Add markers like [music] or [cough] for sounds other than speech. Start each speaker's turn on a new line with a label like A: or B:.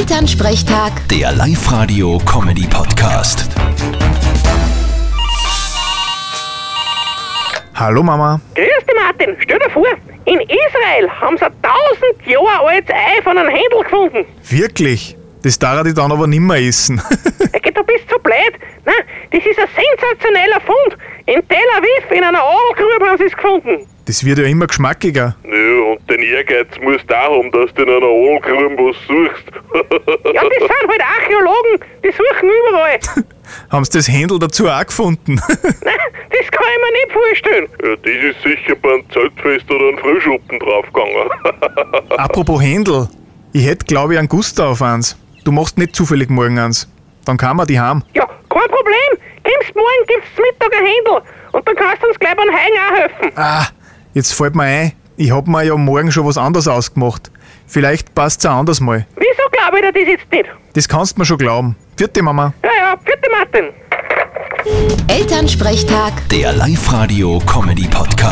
A: Elternsprechtag,
B: Der Live-Radio-Comedy-Podcast.
C: Hallo Mama.
D: Grüß dich, Martin. Stell dir vor, in Israel haben sie ein 1000 Jahre altes Ei von einem Händel gefunden.
C: Wirklich? Das darf ich dann aber nimmer essen. [laughs]
D: Er geht, du bist so blöd. Nein, das ist ein sensationeller Fund. In Tel Aviv, in einer Adelgrube haben sie es gefunden.
C: Das wird ja immer geschmackiger.
E: Ja, und den Ehrgeiz musst du auch haben, dass du in einer Aalgrube was suchst. [laughs]
D: Ja, das sind halt Archäologen, die suchen überall.
C: Haben sie das Händel dazu auch gefunden? [laughs]
D: Nein, das kann ich mir nicht vorstellen.
E: ja, das ist sicher beim Zeltfest oder einem Frühschuppen draufgegangen. [laughs]
C: Apropos Händel. Ich hätte, glaube ich, einen Gustav eins. Du machst nicht zufällig morgen eins. Dann kann man die haben.
D: Ja, kein Problem. Kommst morgen, gibst Mittag ein Händel. Und dann kannst du uns gleich beim Heigen auch helfen.
C: Ah, jetzt fällt mir ein, ich hab mir ja morgen schon was anderes ausgemacht. Vielleicht passt's auch anders mal.
D: Wieso glaube ich dir das jetzt nicht?
C: Das kannst mir schon glauben. Vierte Mama.
D: Ja, ja, vierte Martin.
A: Elternsprechtag.
B: Der Live-Radio-Comedy-Podcast.